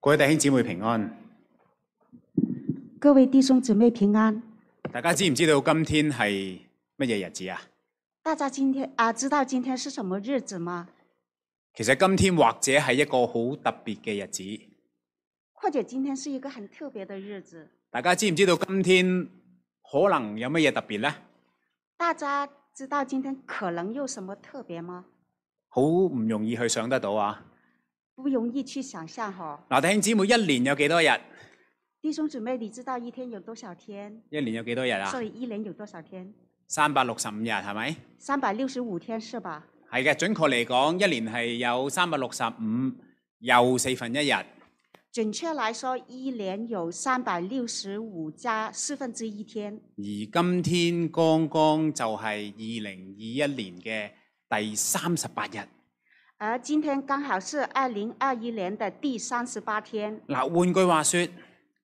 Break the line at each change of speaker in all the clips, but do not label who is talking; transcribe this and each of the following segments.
各位弟兄姊妹平安。
各位弟兄姊妹平安。
大家知唔知道今天係乜嘢日子啊？
大家今天啊，知道今天是什么日子吗？
其實今天或者係一個好特別嘅日子。
或者今天是一个很特别的日子。
大家知唔知道今天可能有乜嘢特別呢？
大家知道今天可能有什么特别吗？
好唔容易去想得到啊！
不容易去想象哈、
嗱，弟兄姊妹，一年有幾多日？
弟兄姊妹，你知道一天有多少天？
一年有幾多日啊
所？以一年有多少天？
三百六十五日係咪？
三百六十五天是吧？
係嘅，準確嚟講，一年係有三百六十五又四分一日。
准确来说，一年有三百六十五加四分之一天。
而今天剛剛就係二零二一年嘅第三十八日。
而今天刚好是二零二一年的第三十八天。
嗱，換句話說，二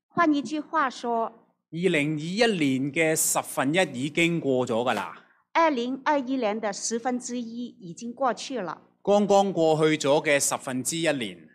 换一句话说，
零二一年嘅十分一已經過咗㗎啦，
二零二一年的十分之一已经过去了，
剛剛過去咗嘅十分之一年，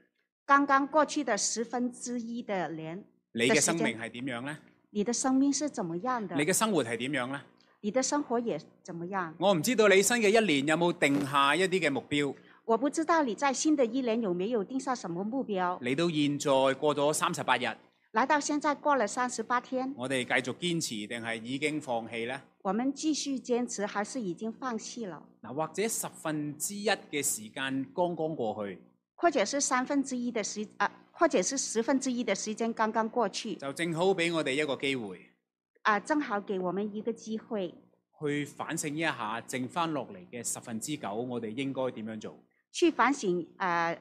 刚刚过去的十分之一的年，
你嘅生命係點樣呢？
你的生命是怎么样的
你？嘅生活係點樣呢？
你的生活也怎么样？
我唔知道你新嘅一年有冇定下一啲嘅目標。
我不知道你在新的一年有没有定下什么目标。
嚟到現在過咗三十八日，
来到现在过了三十八天，
我哋繼續堅持定係已經放棄呢？
我们继续坚持还是已经放弃了，
嗱，或者十分之一嘅時間剛剛過去，
或者是三分之一的时啊、或者是十分之一的时间刚刚过去
就正好俾我哋一個機會
啊、正好给我们一个机会
去反省一下，剩翻落嚟嘅十分之九，我哋應該點樣做？
去反省啊、呃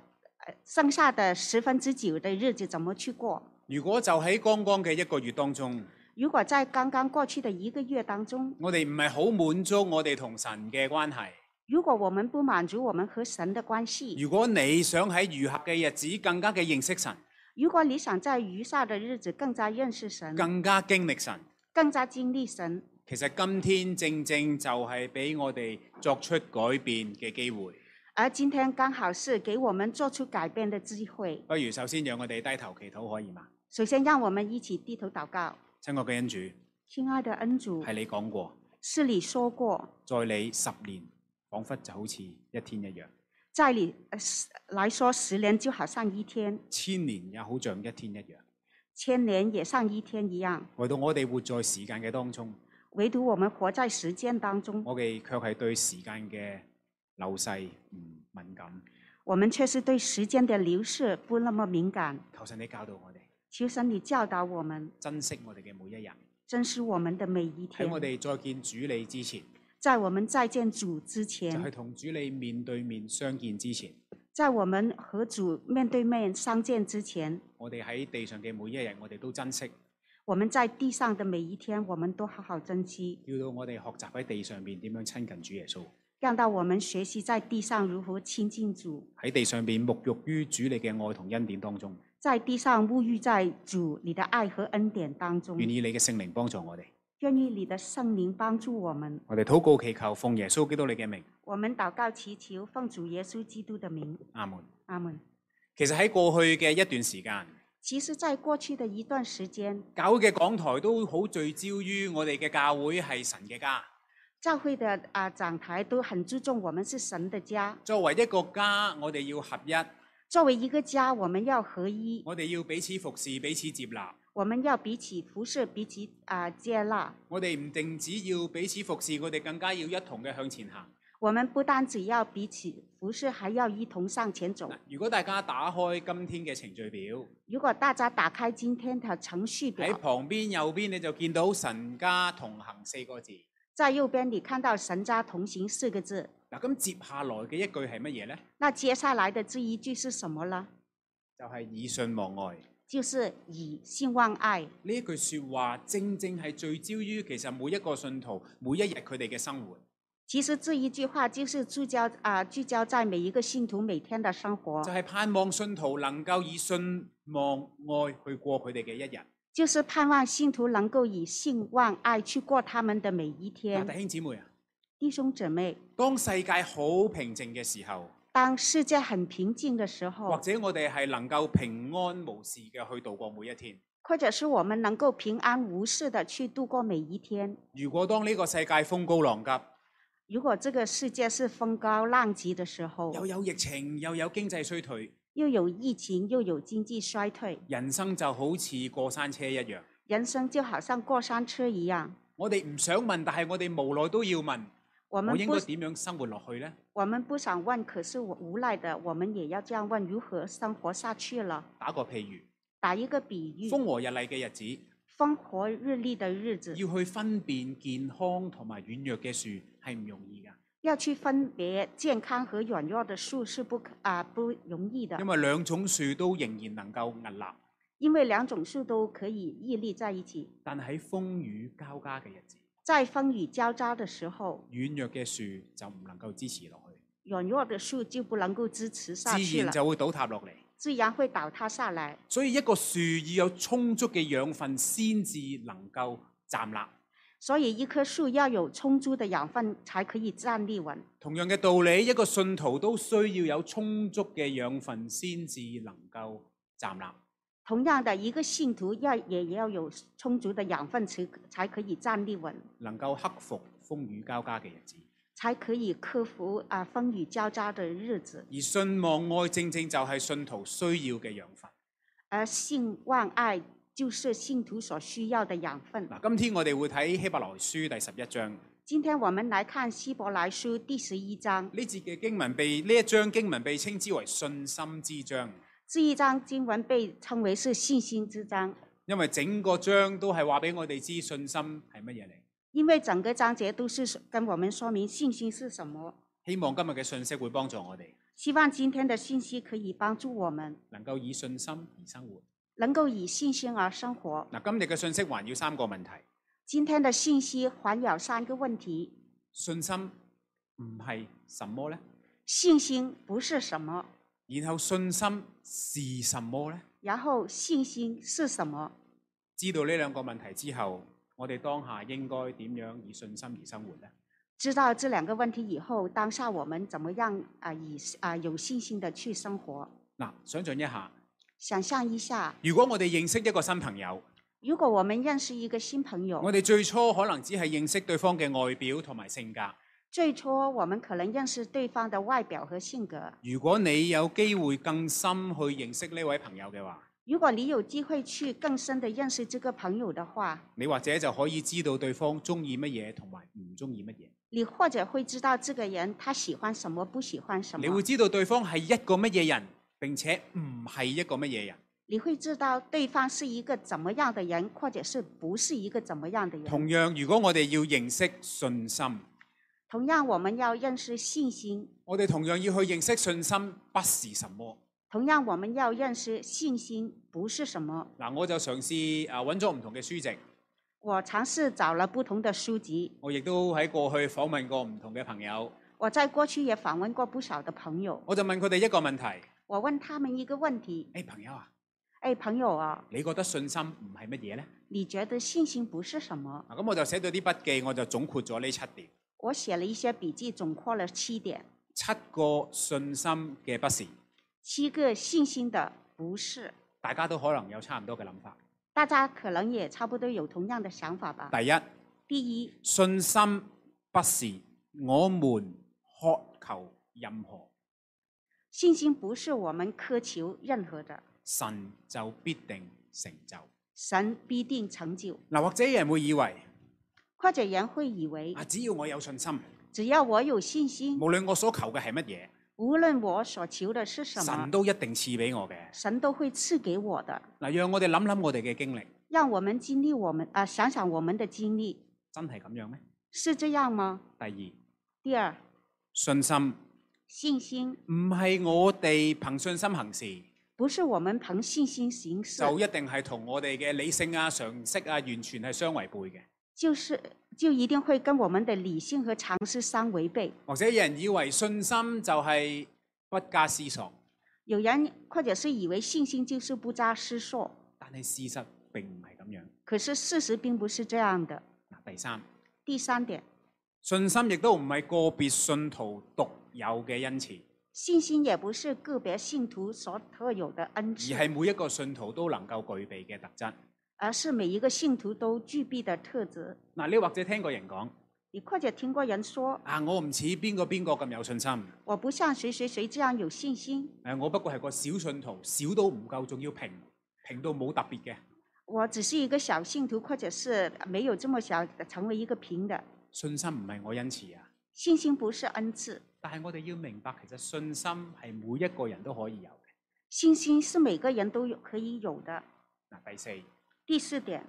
剩下的十分之九的日子怎么去过。
如果就喺剛剛嘅一個月當中，
如果在刚刚过去的一个月当中，
我哋唔係好滿足我哋同神嘅關係，
如果我们不滿足我们和神的关系，
如果你想喺餘下嘅日子更加嘅認識神，
如果你想在余下的日子更加认识神，
更加經歷神，
更加经历神，
其實今天正正就係俾我哋作出改變嘅機會。
而今天刚好是给我们做出改变的机会。
不如首先讓我哋低頭祈禱可以嘛？
首先，让我们一起低头祷告。
親愛嘅恩主，
亲爱的恩主，
係你講過，
是你说过，
在你十年，彷彿就好似一天一樣，
在你呃十来说，十年就好像一天，
千年也好像一天一樣。
千年也像一天一样。
唯到我哋活在時間嘅當中，
唯独我们活在实践当中，
我哋卻係對時間嘅流逝唔敏感。
我们却是对时间的流逝不那么敏感。
求神你教導我哋，
求神，你教导我们，
珍惜我哋嘅每一日。
珍视我们的每一
喺我
天。
哋再見主你之前，
在我们再见主之
就係
前，
同主你面對面相見之前，
在我们和主面对面相见之前，
我哋喺地上嘅每一日，我哋都珍惜，
我们在地上的每一天，我们都好好珍惜，
叫到我哋學習喺地上面點樣親近主耶穌，
让到我们学习在地上如何亲近主，
喺地上面沐浴於主你嘅愛同恩典當中。
在地上沐浴在主你的爱和恩典当中。
願意你嘅聖靈幫助我哋，
愿意你的圣灵帮助我们。
我哋禱告祈求，奉耶穌基督你嘅名，
我们祷告祈求，奉主耶稣基督的名，
阿門。
阿门。
其實喺過去嘅一段時間，
其实，在过去的一段时间，
教會嘅講台都好聚焦於我哋嘅教會係神嘅家。
教会的啊、讲台都很注重我们是神的家。
作為一個家，我哋要合一，
作为一个家，我们要合一，
我哋要彼此服侍、彼此接納。
我们要彼此服侍，彼此啊、接纳。
我哋唔定只要彼此服侍，我哋更加要一同嘅向前行。
我们不单只要彼此服侍，还要一同向前走
嗱。，如果大家打開今天嘅程序表，
如果大家打开今天的程序
喺
表，
旁邊右邊你就見到神家同行四個字。
在右边你看到“神家同行”四个字，
嗱，咁接下來嘅一句係乜嘢呢？
那接下来的这一句是什么呢？
就係、以信望愛
就是以信望爱。
呢一句説話，正正係聚焦於其實每一個信徒每一日佢哋嘅生活，
其实这一句话就是聚焦啊、聚焦在每一个信徒每天的生活
就，係、盼望信徒能夠以信望愛去過佢哋嘅一日。
就是盼望信徒能够以信望爱去过他们的每一
嗱，
天。
弟兄姊妹啊，
弟兄姊妹，
當世界好平靜嘅時候，
当世界很平静的时
或
候，
者我哋係能夠平安無事嘅去度過每一天。
或者是我们能够平安无事的去度过每一天。
如果當呢個世界風高浪急，
如果这个世界是风高浪急的时候，
又有疫情，又有經濟衰退，
又有疫情，又有经济衰退，
人生就好似過山車一樣。
人生就好像过山车一样。
我哋唔想問，但係我哋無奈都要問：
我
我
们
應
不
該，點樣生活落去呢？
我们不想问，可是我无奈的，我们也要这样问：如何生活下去了？
打個譬如，
打一个比喻，
風和日麗嘅日子，
风和日丽的日子，
要去分辨健康同埋軟弱嘅樹係唔容易㗎，
要去分别健康和软弱的树是不可啊、不容易的
因，為兩種樹都仍然能夠屹立，
因为两种树都可以屹立在一起。
但喺風雨交加嘅日子，
在风雨交加的时候，
軟弱嘅樹就唔能夠支持落去，
软弱的树就不能够支持下
自
去
然
了，
就會倒塌落嚟。
自然会倒塌下来。
所以一個樹要有充足嘅養分先至能夠站立。
所以，一棵树要有充足的养分才可以站立稳。
同樣嘅道理，一個信徒都需要有充足嘅養分先至能夠站立。
同样的，一个信徒要也要有充足的养分才才可以站立稳，
能夠克服風雨交加嘅日子。
才可以克服啊风雨交加的日子。
而信望愛正正就係信徒需要嘅養分。
而信望爱就是信徒所需要的养分。
嗱，今天我哋會睇希伯來書第十一章呢
今天我们来看希伯来书第十一章，
節嘅經文被呢一章經文被稱之為信心之章，
这一章经文被称为是信心之章，
因為整個章都係話俾我哋知信心係乜嘢嚟。
因为整个章节都是跟我们说明信心是什么。
希望今日嘅信息會幫助我哋
希望今天的信息可以帮助我们
能夠以信心而生活。
能够以信心而生活。
嗱，今日嘅信息還要三個問題：
今天的信息环绕三个问题：
信心唔係什麼呢？
信心不是什么，
然後信心是什麼呢？
然后信心是什么？
知道呢兩個問題之後，我哋當下應該點樣以信心而生活呢？
知道这两个问题以后，当下我们怎么样啊、以啊、有信心的去生活？
嗱，想象一下，
想象一下，
如果我哋認識一個新朋友，
如果我们认识一个新朋友
我，哋最初可能只係認識對方嘅外表同埋性格。
最初我们可能认识对方的外表和性格。
如果你有機會更深去認識呢位朋友嘅話，
如果你有机会去更深的认识这个朋友的话，
你或者就可以知道對方中意乜嘢同埋唔中意乜嘢。
你或者会知道这个人他喜欢什么，不喜欢什么。
你會知道對方係一個乜嘢人，並且唔係一個乜嘢人。
你会知道对方是一个怎么样的人，或者是不是一个怎么样的人。
同樣，如果我哋要認識信心，
同样，我们要认識信心。
我哋同樣要去認識信心不是什麼。
同样，我们要认識信心不是什么。
嗱，我就嘗試啊揾咗唔同嘅書籍，
我尝试找了不同的书籍，
我亦都喺過去訪問過唔同嘅朋友，
我在过去也访问过不少的朋友。
我就問佢哋一個問題：，誒、
我问他们一个问题：
朋友啊，
哎，朋友啊，
你覺得信心唔係乜嘢呢？啊
你觉得信心不是什么？
嗱，咁我就寫咗啲筆記，我就總括咗呢七點，
我写了一些笔记，总括了七点，
七個信心嘅不是，
七个信心的不是。
大家都可能有差唔多嘅諗法。
大家可能也差不多有同样的想法吧。
第一。
第一，
信心不是我們渴求任何，
信心不是我们苛求任何的，
神就必定成就。
神必定成就。
嗱，或者有人會以為
或者人会以为
啊，，只要我有信心，
只要我有信心，
無論我所求嘅係乜
无论我所求的是什
嘢，神
么，
都一定賜俾我嘅。
神都會赐给我的。
嗱，讓我哋諗諗我哋嘅經歷，
让我们经历我们啊、想想我们的经历
真係咁樣咩？
是这样吗？
第二，
第二，
信心
信心
唔係我哋憑信心行事，
不是我们凭信心行事，
就一定係同我哋嘅理性啊、常識啊，完全係相違背嘅。
就是就一定会跟我们的理性和常识相违背。
或者有人以為信心就係不加思索。
有人或者是以为信心就是不加思索，
但係事實並唔係咁樣。
可是事实并不是这样的。
嗱，第三，
第三点，
信心亦都唔係個別信徒獨有嘅恩賜，
信心也不是个别信徒所特有的恩
而
赐，
係每一個信徒都能夠具備嘅特質。
而是每一个信徒都具备的特质。
嗱，你或者聽過人講
你或者聽過人說，
啊，我唔似邊個邊個咁有信心，誒、
我不像谁谁谁这样有信心，
我不過係個小信徒，少到唔夠，仲要平平到冇特別嘅。
我只是一个小信徒，或者是没有这么小，成为一个平的。
信心唔係我恩慈啊，
信心不是恩赐，
但係我哋要明白，其實信心係每一個人都可以有嘅。
信心是每个人都有可以有的。
嗱，第四。
第四点，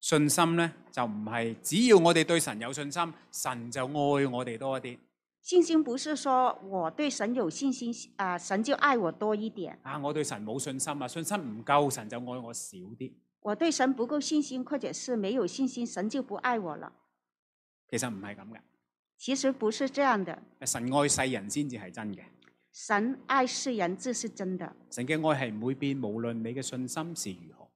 信心呢，就唔係只要我哋對神有信心，神就愛我哋多一啲。
信心不是说我对神有信心啊、神就爱我多一点；
啊，我對神冇信心啊，信心唔夠，神就愛我少啲。
我对神不够信心，或者是没有信心，神就不爱我了。
其實唔係咁嘅，
其实不是这样的，
神愛世人先至係真嘅。
神爱世人，这是真的。
神嘅愛係唔會變，無論你嘅信心是如何。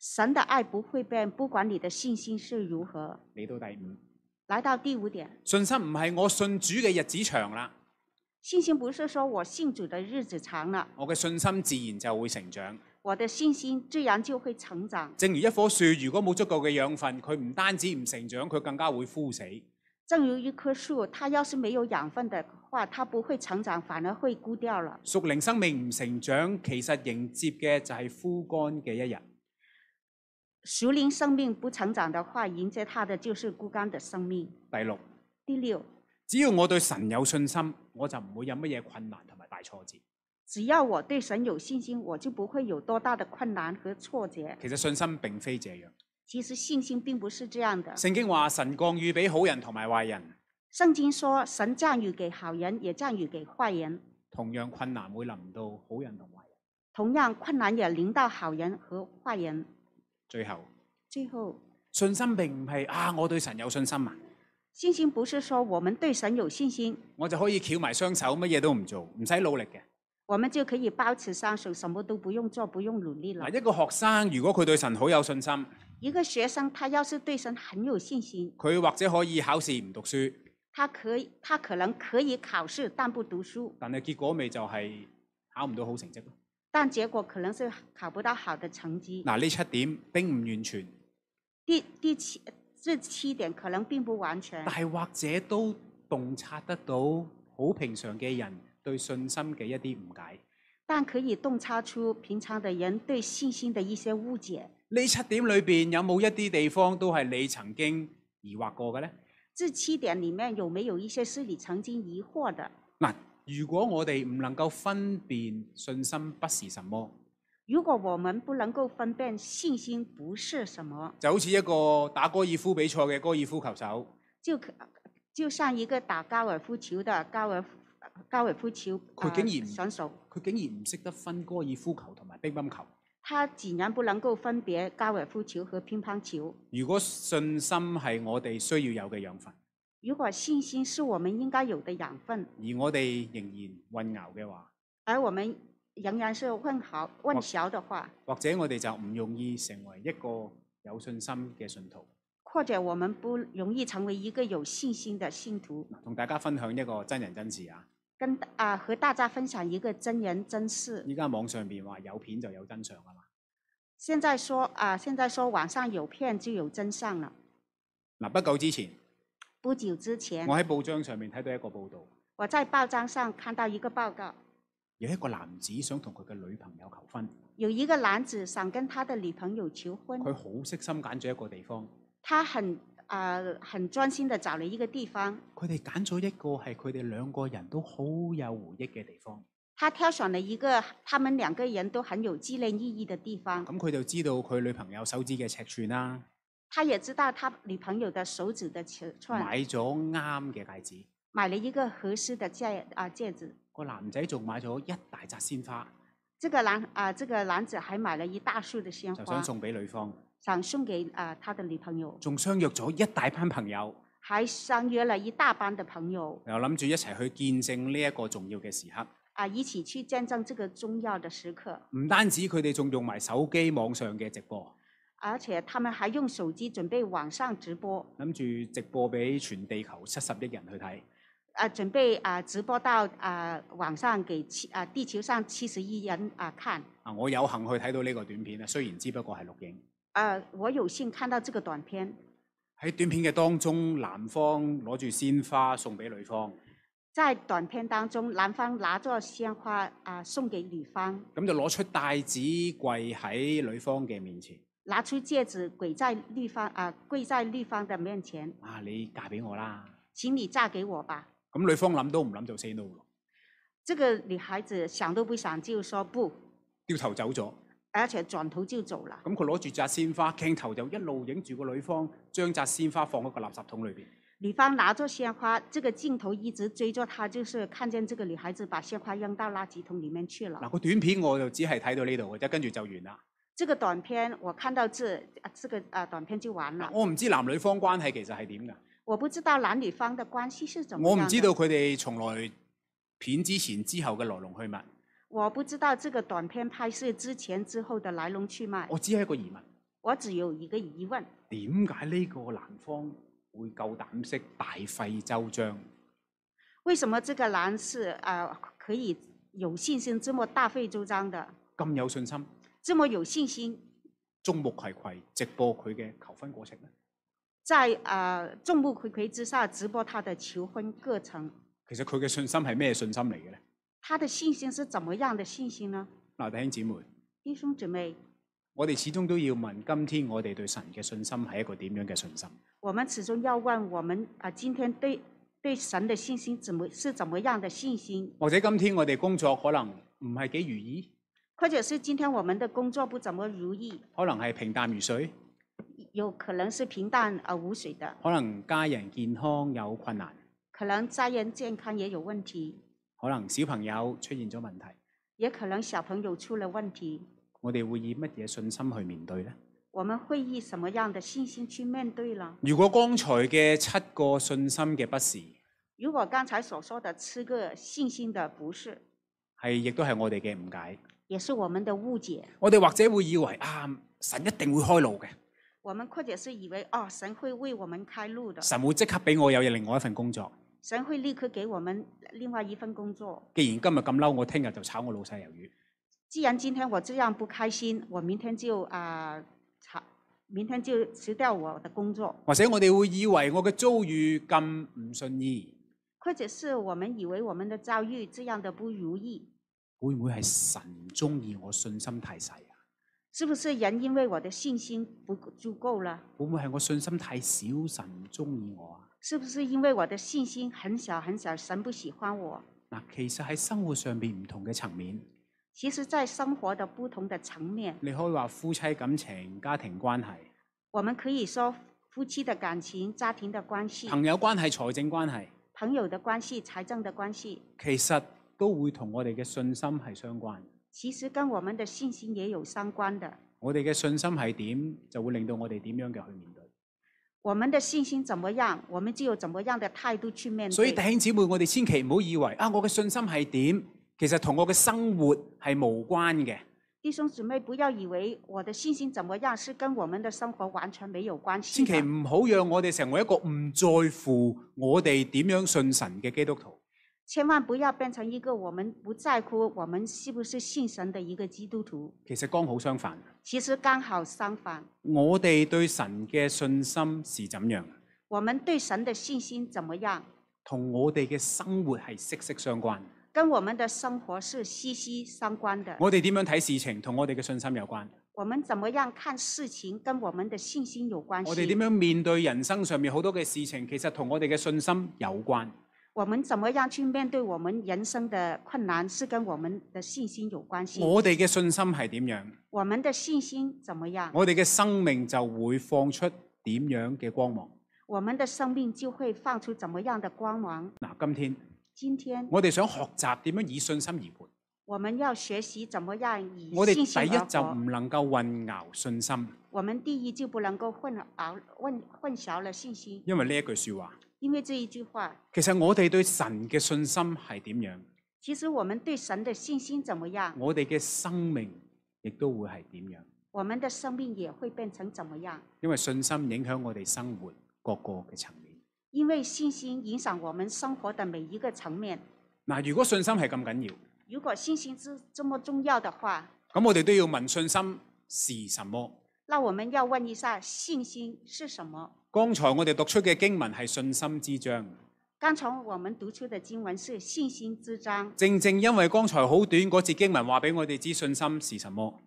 神的爱不会变，不管你的信心是如何。
嚟到第五，
来到第五点，
信心唔係我信主嘅日子長啦，
信心不是说我信主的日子长了，
我嘅信心自然就會成長。
我的信心自然就会成长。
正如一棵樹，如果冇足夠嘅養分，佢唔單止唔成長，佢更加會枯死。
正如一棵树，它要是没有养分的话，它不会成长，反而会枯掉了。
屬靈生命唔成長，其實迎接嘅就係枯乾嘅一日。
熟龄生命不成长的话，迎接它的就是孤干的生命。
第六，
第六，
只要我對神有信心，我就唔會有乜嘢困難同埋大挫折。
只要我对神有信心，我就不会有多大的困难和挫折。
其實信心並非這樣。
其實信心並不是这样的。
聖經話神降雨俾好人同埋壞人，
圣经说，神降雨给好人，也降雨给坏人。
同樣困難會臨到好人同壞人。
同样，困难也临到好人和坏人。
最後，
最后，
信心並唔係啊，我對神有信心啊，
信心不是说我們對神有信心，
我就可以翹埋雙手，乜嘢都唔做，唔使努力嘅。
我們就可以包持雙手，什麼都不用做，不用努力了
嗱，。一個學生如果佢對神好有信心，
一个学生他要是對神很有信心，
佢或者可以考試唔讀書，
他可以他可能可以考試，但不讀書，
但係結果咪就係考唔到好成績咯。
但结果可能是考不到好的成績。
嗱，呢七點並唔完全，
第第七这七点可能並不完全
但，係或者都洞察得到好平常嘅人對信心嘅一啲誤解。
但可以洞察出平常的人對信心的一些誤解。
呢七點裏邊有冇一啲地方都係你曾經疑惑過嘅呢？
这七点里面有没有一些是你曾经疑惑的？
嗱，如果我哋唔能夠分辨信心不是什麼，
如果我们不能够分辨信心不是什么，
就好似一個打高爾夫比賽嘅高爾夫球手，
就可就像一个打高尔夫球的高尔夫高尔夫球
佢
呃
竟然唔
选手，
佢竟然唔識得分高爾夫球同埋乒乓球。
他竟然不能够分别高尔夫球和乒乓球。
如果信心係我哋需要有嘅養分，
如果信心是我们应该有的养分，
而我哋仍然混淆嘅話，
而我们仍然是混淆混
我
淆的话，
或者我哋就唔容易成為一個有信心嘅信徒。
或者我们不容易成为一个有信心的信徒。
嗱，同大家分享一個真人真事啊！
跟啊、和大家分享一个真人真事。
依家網上邊話有片就有真相啊嘛。
现在说啊、现在说网上有骗就有真相了。
嗱，不久之前，
不久之前
我，喺報章上面睇到一個報導，
我在报章上看到一个报告，
有一個男子想同佢嘅女朋友求婚，
有一个男子想跟他的女朋友求婚，
佢好悉心揀咗一個地方，
他很啊、很专心的找了一个地方，
佢哋揀咗一個係佢哋兩個人都好有回憶嘅地方，
他挑选了一个他们两个人都很有纪念意义的地方。
咁佢就知道佢女朋友手指嘅尺寸啦，
他也知道他女朋友的手指的尺寸，
買咗啱嘅戒指，
买了一个合适的戒啊、戒指。
個男仔仲買咗一大扎鮮花，
这个男啊、这个男子还买了一大束的鲜
就
花
想，送俾女方，
想送给啊、他的女朋友，
仲相約咗一大班朋友，
还相约了一大班的朋友
又諗住一齊去見證呢一個重要嘅時刻。
啊、一起去见证这个重要的时刻。
唔單止佢哋仲用埋手機網上嘅直播。
而且他们还用手机准备网上直播，
諗住直播俾全地球七十億人去睇，
啊准备啊直播到啊网上给七啊地球上七十亿人啊看。
啊，我有幸去睇到呢個短片啊，雖然只不過係錄影。
啊，我有幸看到这个短片，
喺短片嘅當中，男方攞住鮮花送俾女方，
在短片当中，男方拿着鲜花啊送给女方，
咁就攞出帶子跪喺女方嘅面前。
拿出戒指跪在女方啊跪在女方的面前，
啊，你嫁俾我啦！
请你嫁给我吧。
咁女方諗都唔諗就 say no 咯，
这个女孩子想都不想就说不，
掉頭走咗。
而且转头就走了。
咁佢攞住扎鮮花，鏡頭就一路影住個女方，將扎鮮花放喺個垃圾桶裏邊。
女方拿着鲜花，这个镜头一直追着她，就是看见这个女孩子把鲜花扔到垃圾桶里面去
嗱，
了。
個短片我就只係睇到呢度嘅啫，跟住就完啦。
这个短片我看到这，啊这个啊短片就完
嗱
了。
我唔知男女方關係其實係點㗎，
我不知道男女方的关系是怎么
我
样
唔
的
知道，佢哋從來片之前之後嘅來龍去脈，
我不知道这个短片拍摄之前之后的来龙去脉。
我只係一個疑問：
我只有一个疑问：
點解呢個男方會夠膽識大費周章？
为什么这个男士啊、可以有信心这么大费周章的，
咁有信心，
这么有信心
眾目睽睽直播佢嘅求婚過程咧？
在呃众目睽睽之下直播他的求婚过程，
其實佢嘅信心係咩信心嚟嘅咧？
他的信心是怎么样的信心呢？
嗱，弟兄姊妹，
弟兄姊妹，
我哋始終都要問，今天我哋對神嘅信心係一個點樣嘅信心？
我们始终要问我们啊、今天对对神的信心怎么是怎么样的信心，
或者今天我哋工作可能唔係幾如意，
或者是今天我们的工作不怎么如意，
可能係平淡如水，
有可能是平淡而无水的，
可能家人健康有困難，
可能家人健康也有问题，
可能小朋友出現咗問題，
也可能小朋友出了问题，
我哋會以乜嘢信心去面對呢？
我们会以什么样的信心去面对呢？
如果剛才嘅七個信心嘅不是，
如果刚才所说的吃个信心的不是，
係亦都係我哋嘅誤解。
也是我们的误解。
我哋或者會以為啊，神一定會開路嘅，
我们或者是以为哦，神会为我们开路的，
神會即刻俾我有另外一份工作。
神会立刻给我们另外一份工作。
既然今日咁嬲，我聽日就炒我老細魷魚。
既然今天我这样不开心，我明天就啊，好、明天就辞掉我的工作，
或者我哋會以為我嘅遭遇咁唔順意，
或者是我们以为我们的遭遇这样的不如意，
會唔會係神唔中意我信心太細啊？
是不是人因为我的信心不足够了？
會唔會係我信心太少，神唔中意我啊？
是不是因为我的信心很小很小，神不喜欢我？
嗱，其實喺生活上邊唔同嘅層面，
其实，在生活的不同的层面，
你可以話夫妻感情、家庭關係、
我们可以说夫妻的感情、家庭的关系、
朋友關係、財政關係，
朋友的关系、财政的关系，
其實都會同我哋嘅信心係相關。
其实跟我们的信心也有相关的。
我哋嘅信心係點，就會令到我哋點樣嘅去面對。
我们的信心怎么样，我们就有怎么样的态度去面
所以弟
嗯对。
兄姊妹，我哋千祈唔好以為啊，我嘅信心係點，其實同我嘅生活係無關嘅。
弟兄姊妹，不要以为我的信心怎么样是跟我们的生活完全没有关系
千祈
的。
唔好讓我哋成為一個唔在乎我哋點樣信神嘅基督徒。
千万不要变成一个我们不在乎我们是不是信神的一个基督徒。
其實剛好相反，
其实刚好相反，
我哋對神嘅信心是怎樣，
我们对神的信心怎么样，
同我哋嘅生活係息息相關。
跟我们的生活是息息相关的。
我哋點樣睇事情，同我哋嘅信心有關。
我们怎么样看事情，跟我们的信心有关系。
我哋點樣面對人生上面好多嘅事情，其實同我哋嘅信心有關。
我们怎么样去面对我们人生的困难，是跟我们的信心有关系。
我哋嘅信心係點樣，
我们的信心怎么样，
我哋嘅生命就會放出點樣嘅光芒。
我们的生命就会放出怎么样的光芒。
嗱，今天
今天
我哋想學習點樣以信心而活。
我们要学习怎么样以
我哋
信心
第一
而
就
活。
唔能夠混淆信心，
我们第一就不能够混淆混混淆了信心，
因為呢一句说話，
因为这一句话，
其實我哋對神嘅信心係點樣，
其实我们对神的信心怎么样，
我哋嘅生命亦都會係點樣，
我们的生命也会变成怎么样。
因為信心影響我哋生活各個嘅層面。
因为信心影响我们生活的每一个层面。
嗱，如果信心係咁緊要，
如果信心是这么重要的话，
咁我哋都要問信心是什麼。
那我们要问一下，信心是什么？
剛才我哋讀出嘅經文係信心之章，
刚才我们读出的经文是信心之章，
正正因為剛才好短嗰節經文話俾我哋知信心是什麼，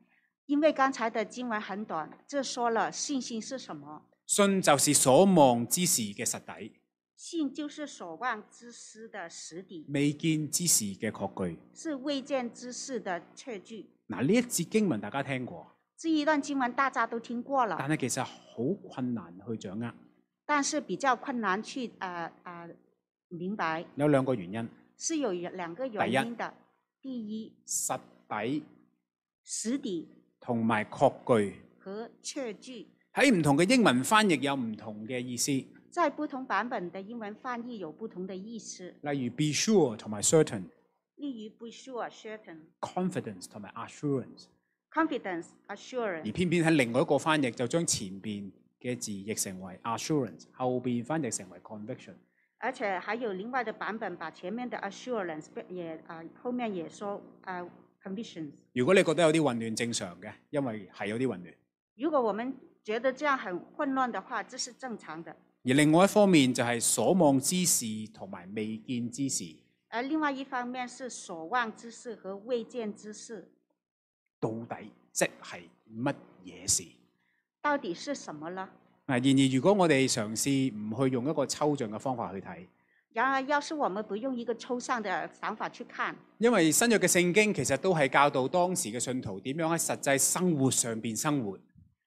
因为刚才的经文很短，这说了信心是什么。
信就是所望之事嘅實底，
信就是所望之事的实底，
未見之事嘅確據。
是未见之事的确据。
嗱，呢一節經文大家聽過，
这一段经文大家都听过了
但，係其實好困難去掌握，
但是比较困难去呃呃明白，
有兩個原因：
是有两个
第一
原因的。第一，
實底
实底
同埋確據。
和确据，
喺唔同嘅英文翻譯有唔同嘅意思，例
在不同版本的英文翻译有不同的意思，
如 be sure 同埋 certain、
例如 be sure、certain、
confidence 同埋 assurance。
confidence、
而
assurance。
偏偏喺另外一個翻譯就將前邊嘅字譯成為 assurance，後邊翻譯成為 conviction。
而且还有另外的版本把前面的 assurance 被也啊、后面也说啊、conditions。
如果你覺得有啲混亂，正常嘅，因為係有啲混亂。
如果我们觉得这样很混乱的话，这是正常的。
而另外一方面就係所望之事同埋未見之事，
而另外一方面是所望之事和未见之事，
到底即係乜嘢事？
到底是什么呢？
嗱，然而如果我哋嘗試唔去用一個抽象嘅方法去睇，
然而，要是我们不用一个抽象的想法去看，
因為新約嘅聖經其實都係教導當時嘅信徒點樣喺實際生活上邊生活。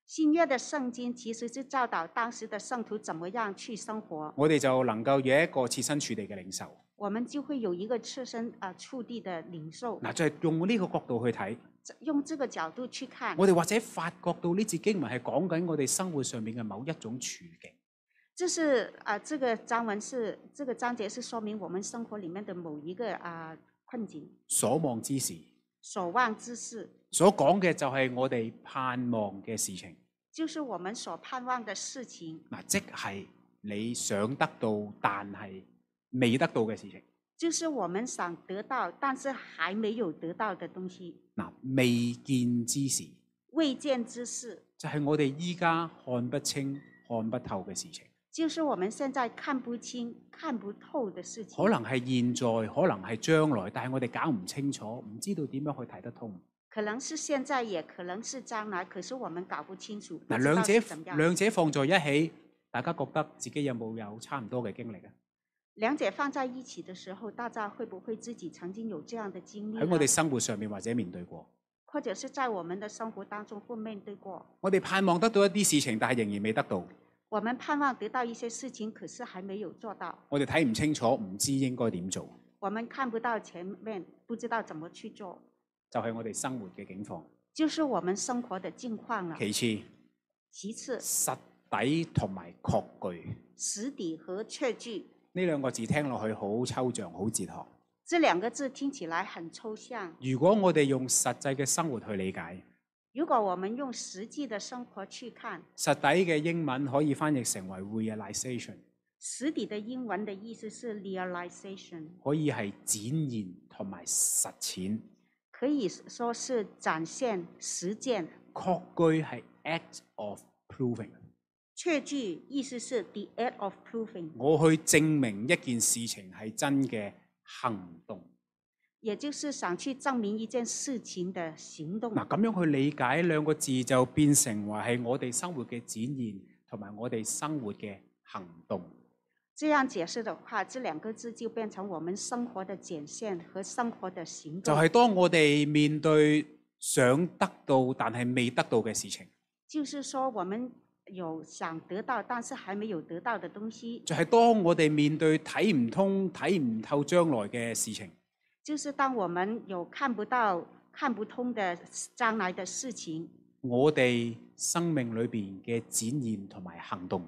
新约的圣经其实是教导当时的圣徒怎么样去生活，
我哋就能夠有一個設身處地嘅領受。
我们就会有一个切身啊触地的领受。
嗱，就係用呢個角度去睇，
这用这个角度去看，
我哋或者發覺到呢節經文係講緊我哋生活上面嘅某一種處境。
这是啊这个章文是这个章节是说明我们生活里面的某一个啊困境。
所望之事，
所望之事，
所講嘅就係我哋盼望嘅事情。
就是我们所盼望的事情，
嗱，即係你想得到但係未得到嘅事情。
就是我们想得到但是还没有得到的东西。
嗱，未見之事
未见之事，
就係我哋依家看不清、看不透嘅事情。
就是我们现在看不清、看不透的事情。
可能係現在，可能係將來，但係我哋搞唔清楚，唔知道點樣去睇得通。
可能是现在，也可能是将来，可是我们搞不清楚。不
嗱，
知道
兩
是怎么
者
样
兩者放在一起，大家覺得自己有冇有差唔多嘅經歷啊？
两者放在一起的时候，大家会不会自己曾经有这样的经历呢？
喺我哋生活上面或者面對過，
或者是在我们的生活当中会面对过。
我哋盼望得到一啲事情，但係仍然未得到，
我们盼望得到一些事情，可是还没有做到。
我哋睇唔清楚，唔知應該點做，
我们看不到前面，不知道怎么去做，
就係我哋生活嘅境況。
就是我们生活的境况了。
其
其次
次，，實底同埋確據
实底和确据
呢兩個字聽落去好抽象、好哲學。
这两个字听起来很抽象。
如果我哋用實際嘅生活去理解，
如果我们用实际的生活去看，
實底嘅英文可以翻譯成為 realization，
实底的英文的意思是 realization，
可以係展現同埋實踐。
可以说是展现、实践。
確據係 act of proving，
确据意思是 the act of proving，
我去證明一件事情係真嘅行動。
也就是想去证明一件事情的行动。
嗱，咁樣去理解兩個字就變成話係我哋生活嘅展現，同埋我哋生活嘅行動。
这样解释的话，这两个字就变成我们生活的展现和生活的行
就
动。
係、當我哋面對想得到但係未得到嘅事情，
就是说，我们有想得到但是还没有得到的东西，
就係、當我哋面對睇唔通、睇唔透將來嘅事情，
就是当我们有看不到、看不通的将来的事情，
我哋生命裏邊嘅展現同埋行動。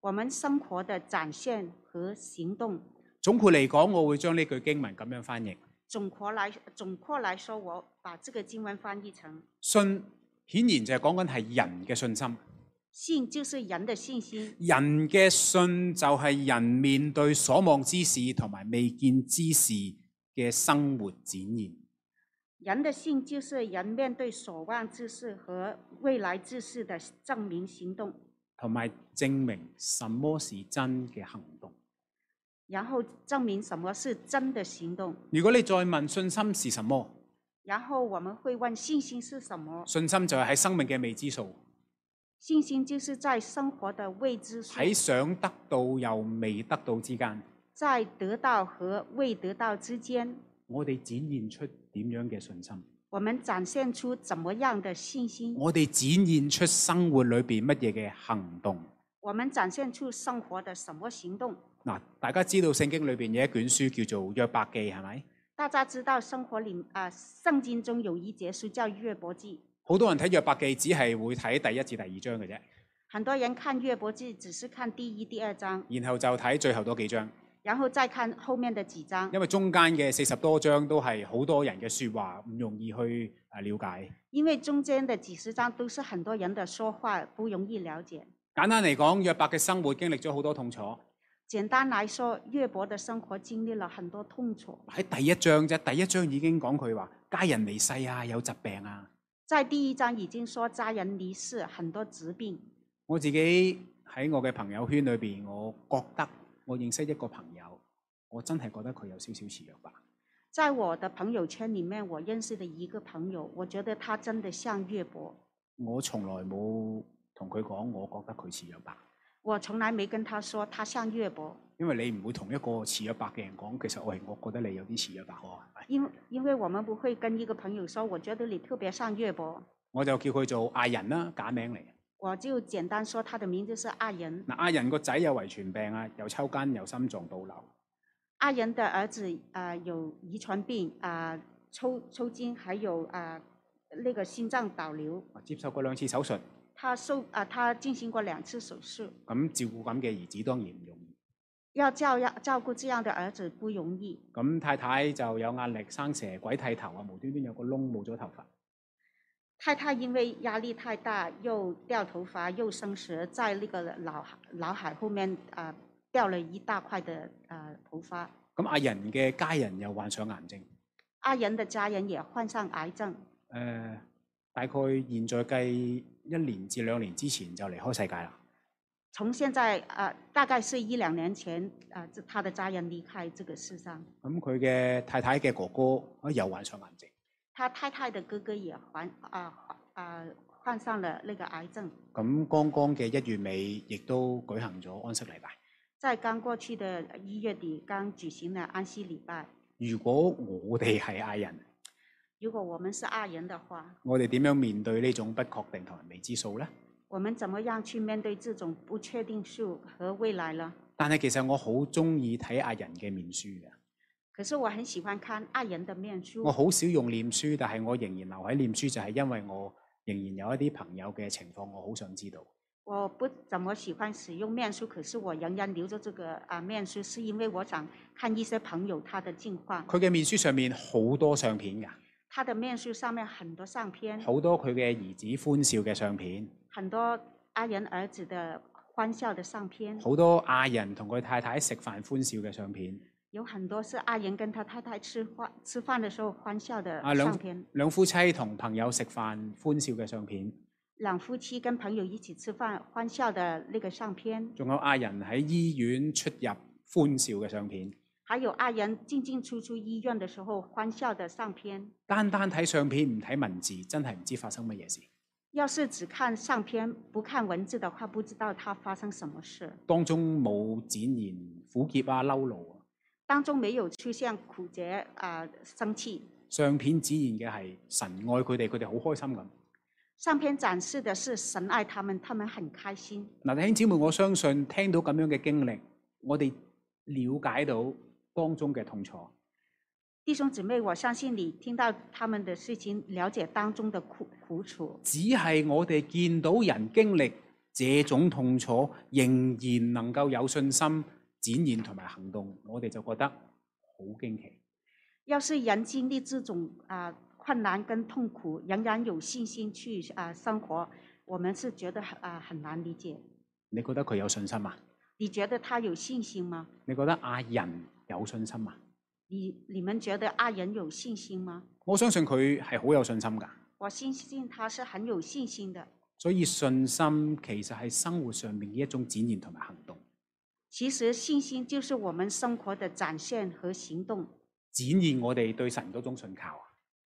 我们生活的展现和行动。
總括嚟講，我會將呢句經文咁樣翻譯。
总括来总括来说，我把这个经文翻译成
信顯然就係講緊係人嘅信心，
信就是人的信心，
人嘅信就係人面對所望之事同埋未見之事嘅生活展現。
人的信就是人面对所望之事和未来之事的证明行动，
同埋證明什麼是真嘅行動。
然后证明什么是真的行动。
如果你再問信心是什麼，
然后我们会问信心是什么？
信心就係喺生命嘅未知數，
信心就是在生活的未知数，
喺想得到又未得到之間，
在得到和未得到之间，
我哋展現出點樣嘅信心？
我们展现出怎么样的信心？
我哋展現出生活裏邊乜嘢嘅行動？
我们展现出生活的什么行动？
嗱，大家知道聖經裏邊有一卷書叫做約伯記係咪？
大家知道，生活里啊、圣经中有一节书叫《约伯记》，
好多人睇約伯記只係會睇第一至第二章嘅啫，
很多人看《约伯记》只是看第一、第二章，
然後就睇最後嗰幾章，
然后再看后面的几章，
因為中間嘅四十多章都係好多人嘅説話，唔容易去啊了解。
因为中间的几十章都是很多人的说话，不容易了解。
簡單嚟講，約伯嘅生活經歷咗好多痛楚。
简单来说，约伯的生活经历了很多痛楚。
喺第一章啫，第一章已經講佢話家人離世啊，有疾病啊。
在第一章已经说家人离世，很多疾病。
我自己喺我嘅朋友圈裏邊，我覺得我認識一個朋友，我真係覺得佢有少少似約伯。
在我的朋友圈里面，我认识的一个朋友，我觉得他真的像约伯。
我從來冇同佢講，我覺得佢似約伯，
我从来没跟他说他像約伯，
因為你唔會同一個似約伯嘅人講，其實喂，我覺得你有啲似約伯喎，係咪？
因为因为我们不会跟一个朋友说，我觉得你特别像約伯，
我就叫佢做亞人啦，假名嚟。
我就简单说他的名字是阿仁。
嗱，亞人個仔有遺傳病啊，又抽筋，又心臟倒流。
阿仁的儿子啊、呃有遗传病啊、抽抽筋，还有啊、那个心脏倒流。
接受過兩次手術，
他受啊、他进行过两次手术，
咁照顧咁嘅兒子當然唔容易。
要照要照顾这样的儿子不容易。
咁太太就有壓力，生蛇鬼剃頭啊，無端端有個窿冇咗頭髮。
太太因為壓力太大，又掉頭髮，又生蛇，在那个脑海脑海后面啊、呃掉了一大塊的啊、呃、头发。
咁阿仁嘅家人又患上癌症。誒、
阿仁的家人也患上癌症，
大概現在計一年至兩年之前就離開世界啦。
從現在啊、呃大概是一兩年前啊、呃这他的家人離開這個世上，
咁佢嘅太太嘅哥哥啊又患上癌症。
他太太的哥哥也患啊啊患上了那個癌症。
咁剛剛嘅一月尾，亦都舉行咗安息禮拜。
在剛過去的一月底，剛舉行了安息禮拜。
如果我哋係亞人，
如果我們是阿人的話，
我哋點樣面對呢種不確定同埋未知數呢？
我們怎麼樣去面對這種不確定性和未來呢？
但係其實我好中意睇亞人嘅面書嘅，
可是我很喜歡看阿人的面書，
我好少用臉書，但係我仍然留喺臉書，就係因為我仍然有一啲朋友嘅情況，我好想知道。
我不怎麼喜歡使用面書，可是我仍然留着這個啊面書，是因為我想看一些朋友他的近況。
佢嘅面書上面好多相片㗎，
他的面書上面很多相片，
好多佢嘅兒子歡笑嘅相片，
很多阿人兒子的歡笑的相片，
好多亞人同佢太太食飯歡笑嘅相片。
有很多是阿人跟他太太吃飯吃飯的時候歡笑的
啊兩
相片，
兩夫妻同朋友食飯歡笑嘅相片，
兩夫妻跟朋友一起吃飯歡笑的那個相片，
仲有亞人喺醫院出入歡笑嘅相片。
還有阿人進進出出醫院的時候歡笑的相片。
單單睇相片唔睇文字，真係唔知發生乜嘢事。
要是只看相片不看文字的話，不知道它發生什麼事。
當中冇展現苦澀啊、嬲怒啊。
當中沒有出現苦澀啊、生氣。
相片展現嘅係神愛佢哋，佢哋好開心咁。
上篇展示的是神愛他們，他們很開心。
嗱，弟兄姊妹，我相信聽到咁樣嘅經歷，我哋了解到當中嘅痛楚。
弟兄姊妹，我相信你聽到他們的事情，了解當中的苦苦楚。
只係我哋見到人經歷這種痛楚，仍然能夠有信心展現同埋行動，我哋就覺得好驚奇。
要是人經歷這種啊、困難跟痛苦，仍然有信心去啊、生活，我们是觉得很啊很难理解。
你覺得佢有信心啊？
你觉得他有信心吗？
你覺得阿仁有信心啊？
你你们觉得阿仁有信心吗？
我相信佢係好有信心㗎。
我相信他是很有信心的。
所以信心其實係生活上面嘅一種展現同埋行動。
其实信心就是我们生活的展现和行动，
展現我哋對神嗰種信靠啊。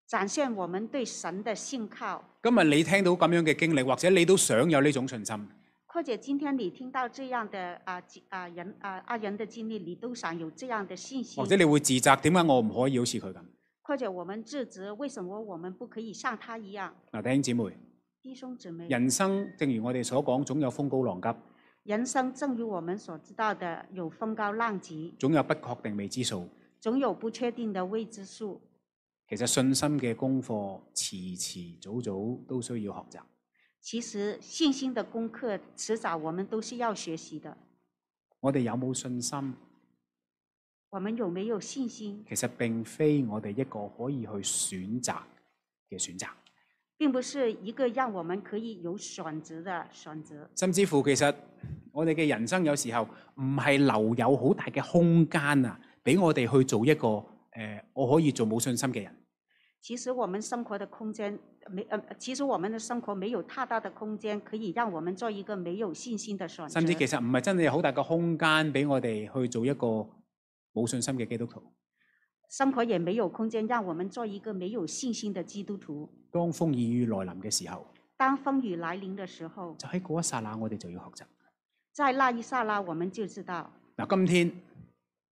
展现我们對神的信靠。
今日你聽到咁樣嘅經歷，或者你都想有呢種信心，
或者今天你听到这样的啊经啊人啊阿人的经历，你都想有这样的信心
或，者你會自責點解我唔可以好似佢咁
或者我们自责为什么我们不可以像他一样？
嗱，弟兄姊妹，
弟兄姊妹，
人生正如我哋所講，總有風高浪急，
人生正如我们所知道的，有风高浪急，
總有不確定未知數。
总有不确定的未知数。
其實信心嘅功課，遲遲早早都需要學習。
其实信心的功课，迟早我们都是要学习的。
我哋有冇信心，
我们有没有信心，
其實並非我哋一個可以去選擇嘅選擇，
并不是一个让我们可以有选择的选择。
甚至乎其實我哋嘅人生有時候唔係留有好大嘅空間啊，俾我哋去做一個诶、呃我可以做冇信心嘅人。
其实我们生活的空间没呃，其实我们的生活没有太大的空间可以让我们做一个没有信心的选择
甚。至其實唔係真係有好大嘅空間俾我哋去做一個冇信心嘅基督徒。
生活也没有空间让我们做一个没有信心的基督徒。
當風雨來臨嘅時候，
当风雨来临的时候，
就喺嗰一剎那，我哋就要學習。
在那一刹那，我们就知道，
嗱，今天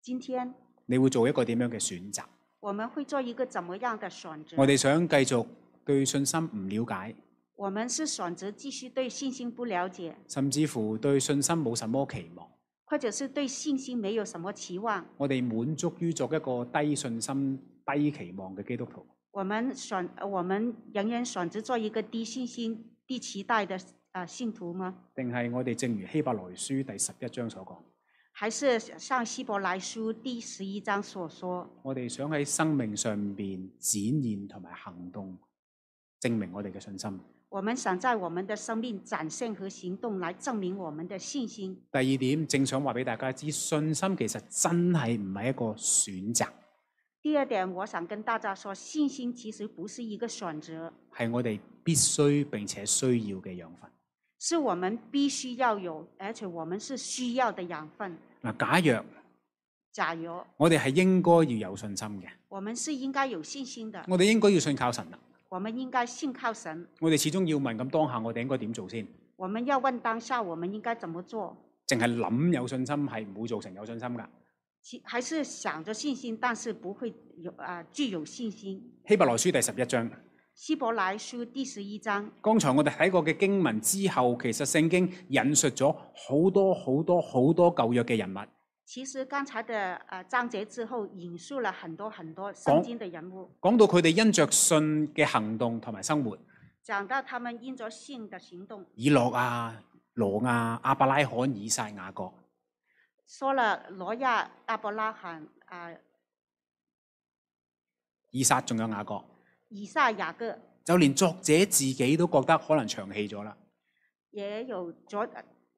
今天
你會做一個點樣嘅選擇？
我们会做一个怎么样的选择？
我哋想繼續對信心唔了解，
我们是选择继续对信心不了解，
甚至乎對信心冇什麼期望。
或者是对信心没有什么期望。
我哋滿足於作一個低信心、低期望嘅基督徒。
我们选，呃我们仍然选择做一个低信心、低期待的啊、呃信徒吗？
定係我哋正如希伯來書第十一章所講，
还是像希伯来书第十一章所说，
我哋想喺生命上邊展現同埋行動，證明我哋嘅信心。
我们想在我们的生命展现和行动来证明我们的信心。
第二點，正想話俾大家知，信心其實真係唔係一個選擇，
第二点，我想跟大家说，信心其实不是一个选择，
係我哋必須並且需要嘅養分。
是我们必须要有，而且我们是需要的养分。
嗱，假若
假如
我哋係應該要有信心嘅，
我们是应该有信心的，
我哋應該要信靠神啦。啊
我们應該信靠神。
我哋始終要問咁當下，我哋應該點做先？
我们要问当下我们应该怎么做，
淨係諗有信心係唔會造成有信心㗎。
其还是想着信心，但是不会有啊、具有信心。
希伯來書第十一章，
希伯来书第十一章
剛才我哋睇過嘅經文之後，其實聖經引述咗好多好多好多舊約嘅人物。
其实刚才的呃章节之后，引述了很多很多圣经的人物，
講到佢哋因着信嘅行動同埋生活，
讲到他们因着信的行动，
以諾啊、羅啊、阿伯拉罕、以撒、雅各，
说了挪亚、阿伯拉罕、啊、
以撒仲有雅各，
以撒、雅各，
就連作者自己都覺得可能長氣咗啦。
也有佐，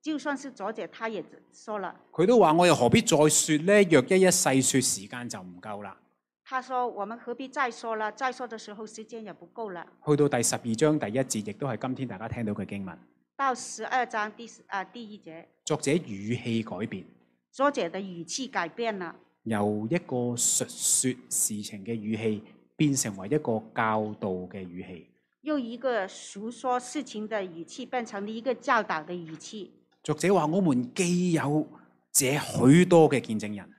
就算是佐姐，他也说了，
佢都話：我又何必再說呢？若一一細說，時間就唔夠啦。
他说我们何必再说了？再说的时候时间也不够了。
去到第十二章第一節，亦都係今天大家聽到嘅經文。
到十二章第十啊、第一节，
作者語氣改變，
佐姐的语气改变了，
由一個述說事情嘅語氣，變成為一個教導嘅語氣。
又一个诉说事情的语气变成了一个教导的语气。
作者話：我們既有這許多嘅見證人。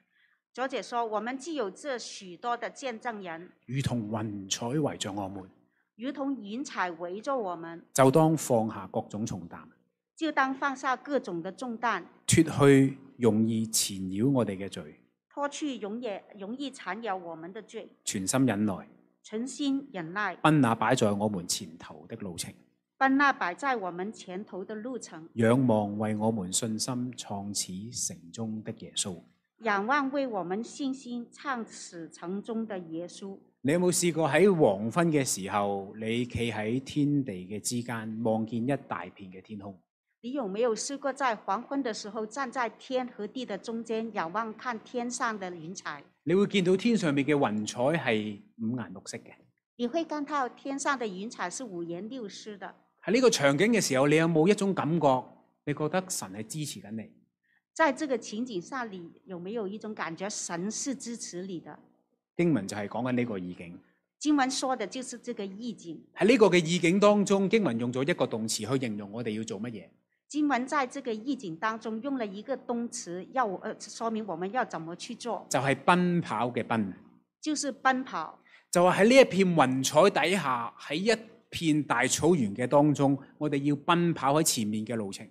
作者说：“我们既有这许多的见证人，
如同雲彩圍着我們，
如同云彩围着我们，
就當放下各種重擔，
就当放下各种的重担，
脱去容易纏繞我哋嘅罪，
脱去容易容易缠绕我们的罪，
全心忍耐，
存心忍耐，
奔那擺在我們前頭的路程，
奔那摆在我们前头的路程，
仰望為我們信心創始成終的耶穌。
仰望为我们信心唱死城中的耶稣。
你有冇試過喺黃昏嘅時候，你企喺天地嘅之間，望見一大片嘅天空？
你有没有试过在黄昏的时候站在天和地的中间，仰望看天上的云彩？
你會見到天上面嘅雲彩係五顏六色嘅。
你会看到天上的云彩是五颜六色的。
喺呢個場景嘅時候，你有冇一種感覺？你覺得神係支持緊你？
在这个情景下，你有没有一种感觉，神是支持你的？
經文就係講緊呢個意境。
经文说的就是这个意境。
喺呢個嘅意境當中，經文用咗一個動詞去形容我哋要做乜嘢。
经文在这个意境当中用了一个动词，要我呃说明我们要怎么去做，
就係奔跑嘅奔，
就是奔跑。
就係喺呢一片雲彩底下，喺一片大草原嘅當中，我哋要奔跑喺前面嘅路程。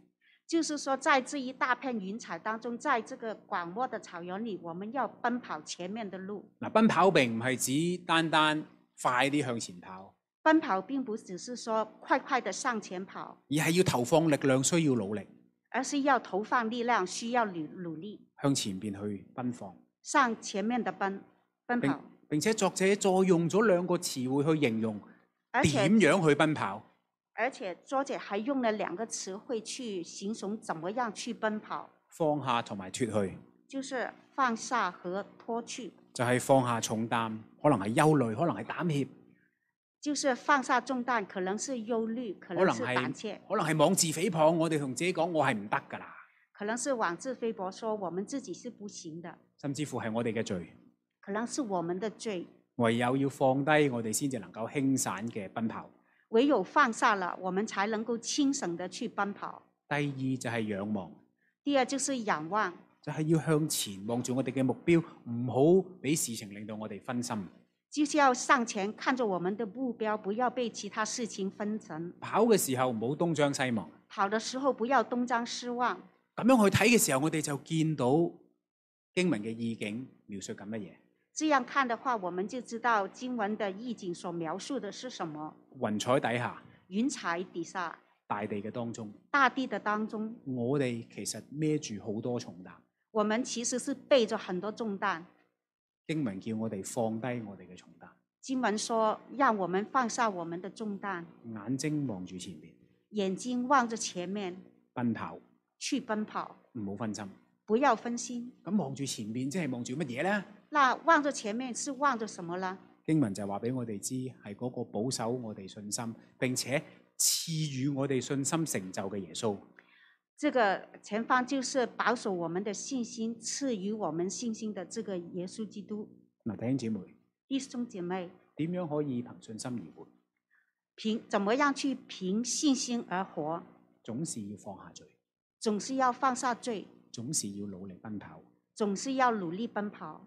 就是说，在这一大片云彩当中，在这个广漠的草原里，我们要奔跑前面的路。
嗱，奔跑並唔係指單單快啲向前跑，
奔跑并不只是说快快的向前跑，
而係要投放力量，需要努力
而是要投放力量，需要努努力
向前邊去奔放。
向前面的奔奔
並
跑。
並且作者再用咗兩個詞彙去形容
而且
點樣去奔跑。
而且作者还用了两个词汇去形容怎么样去奔跑，
放下同埋脱去，
就是放下和脱去，
就係、放下重擔，可能係憂慮，可能係膽怯，
就是放下重担，可能是忧虑，
可
可能
能
是胆怯
係，可能係妄自菲薄。我哋同自己講，我係唔得㗎啦，
可能是妄自菲薄，说我们自己是不行的，
甚至乎係我哋嘅罪。
可能是我们的罪。
唯有要放低，我哋先至能夠輕散嘅奔跑。
唯有放下了，我们才能够轻省的去奔跑。
第二就係仰望，
第二就是仰望，
就係、要向前望住我哋嘅目標，唔好俾事情令到我哋分心。
就是要上前看着我们的目标，不要被其他事情分神。
跑嘅時候唔好東張西望，
跑的时候不要东张西望，
咁樣去睇嘅時候，我哋就見到經文嘅意境描述緊乜嘢。
这样看的话，我们就知道经文的意境所描述的是什么。
雲彩底下，
云彩底下，
大地嘅當中，
大地的当中，
我哋其實孭住好多重擔。
我们其实是背着很多重担。
經文叫我哋放低我哋嘅重擔，
经文说，让我们放下我们的重担，
眼睛望住前面，
眼睛望着前面
奔跑，
去奔跑，
唔好分心。
不要分心。
咁望住前面，即係望住乜嘢呢？
那望着前面是望着什么呢？
經文就話俾我哋知，係嗰個保守我哋信心，並且賜予我哋信心成就嘅耶穌。
这个前方就是保守我们的信心，赐予我们信心的这个耶稣基督。
嗱，弟兄姊妹，
弟兄姐妹，
點樣可以憑信心而活？
凭怎么样去凭信心而活？
總是要放下罪，
总是要放下罪，
總是要努力奔跑，
总是要努力奔跑，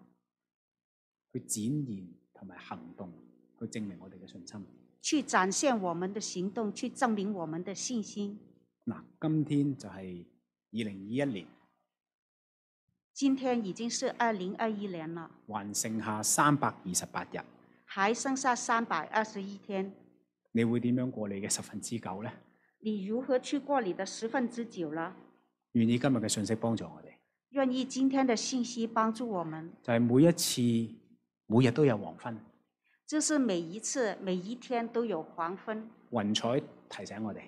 去展現同埋行動，去證明我哋嘅信心。
去展现我们的行动，去证明我们的信心。
嗱，今天就係二零二一年，
今天已经是二零二一年了，
還剩下三百二十八日，
还剩下三百二十一天，
你會點樣過你嘅十分之九呢？
你如何去过你的十分之九呢？
願意今日嘅信息幫助我哋，
愿意今天的信息帮助我们，
就係、每一次，每日都有黃昏。
就是每一次每一天都有黄昏
雲彩提醒我哋，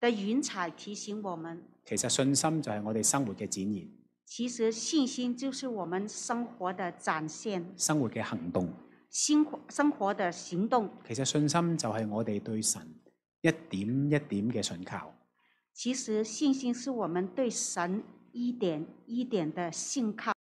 的云彩提醒我们，
其實信心就係我哋生活嘅展現，
其实信心就是我们生活的展现，
生活嘅行動。
生活生活的行动。
其實信心就係我哋對神一點一點嘅信靠。
其实信心是我们对神一点一点的信靠。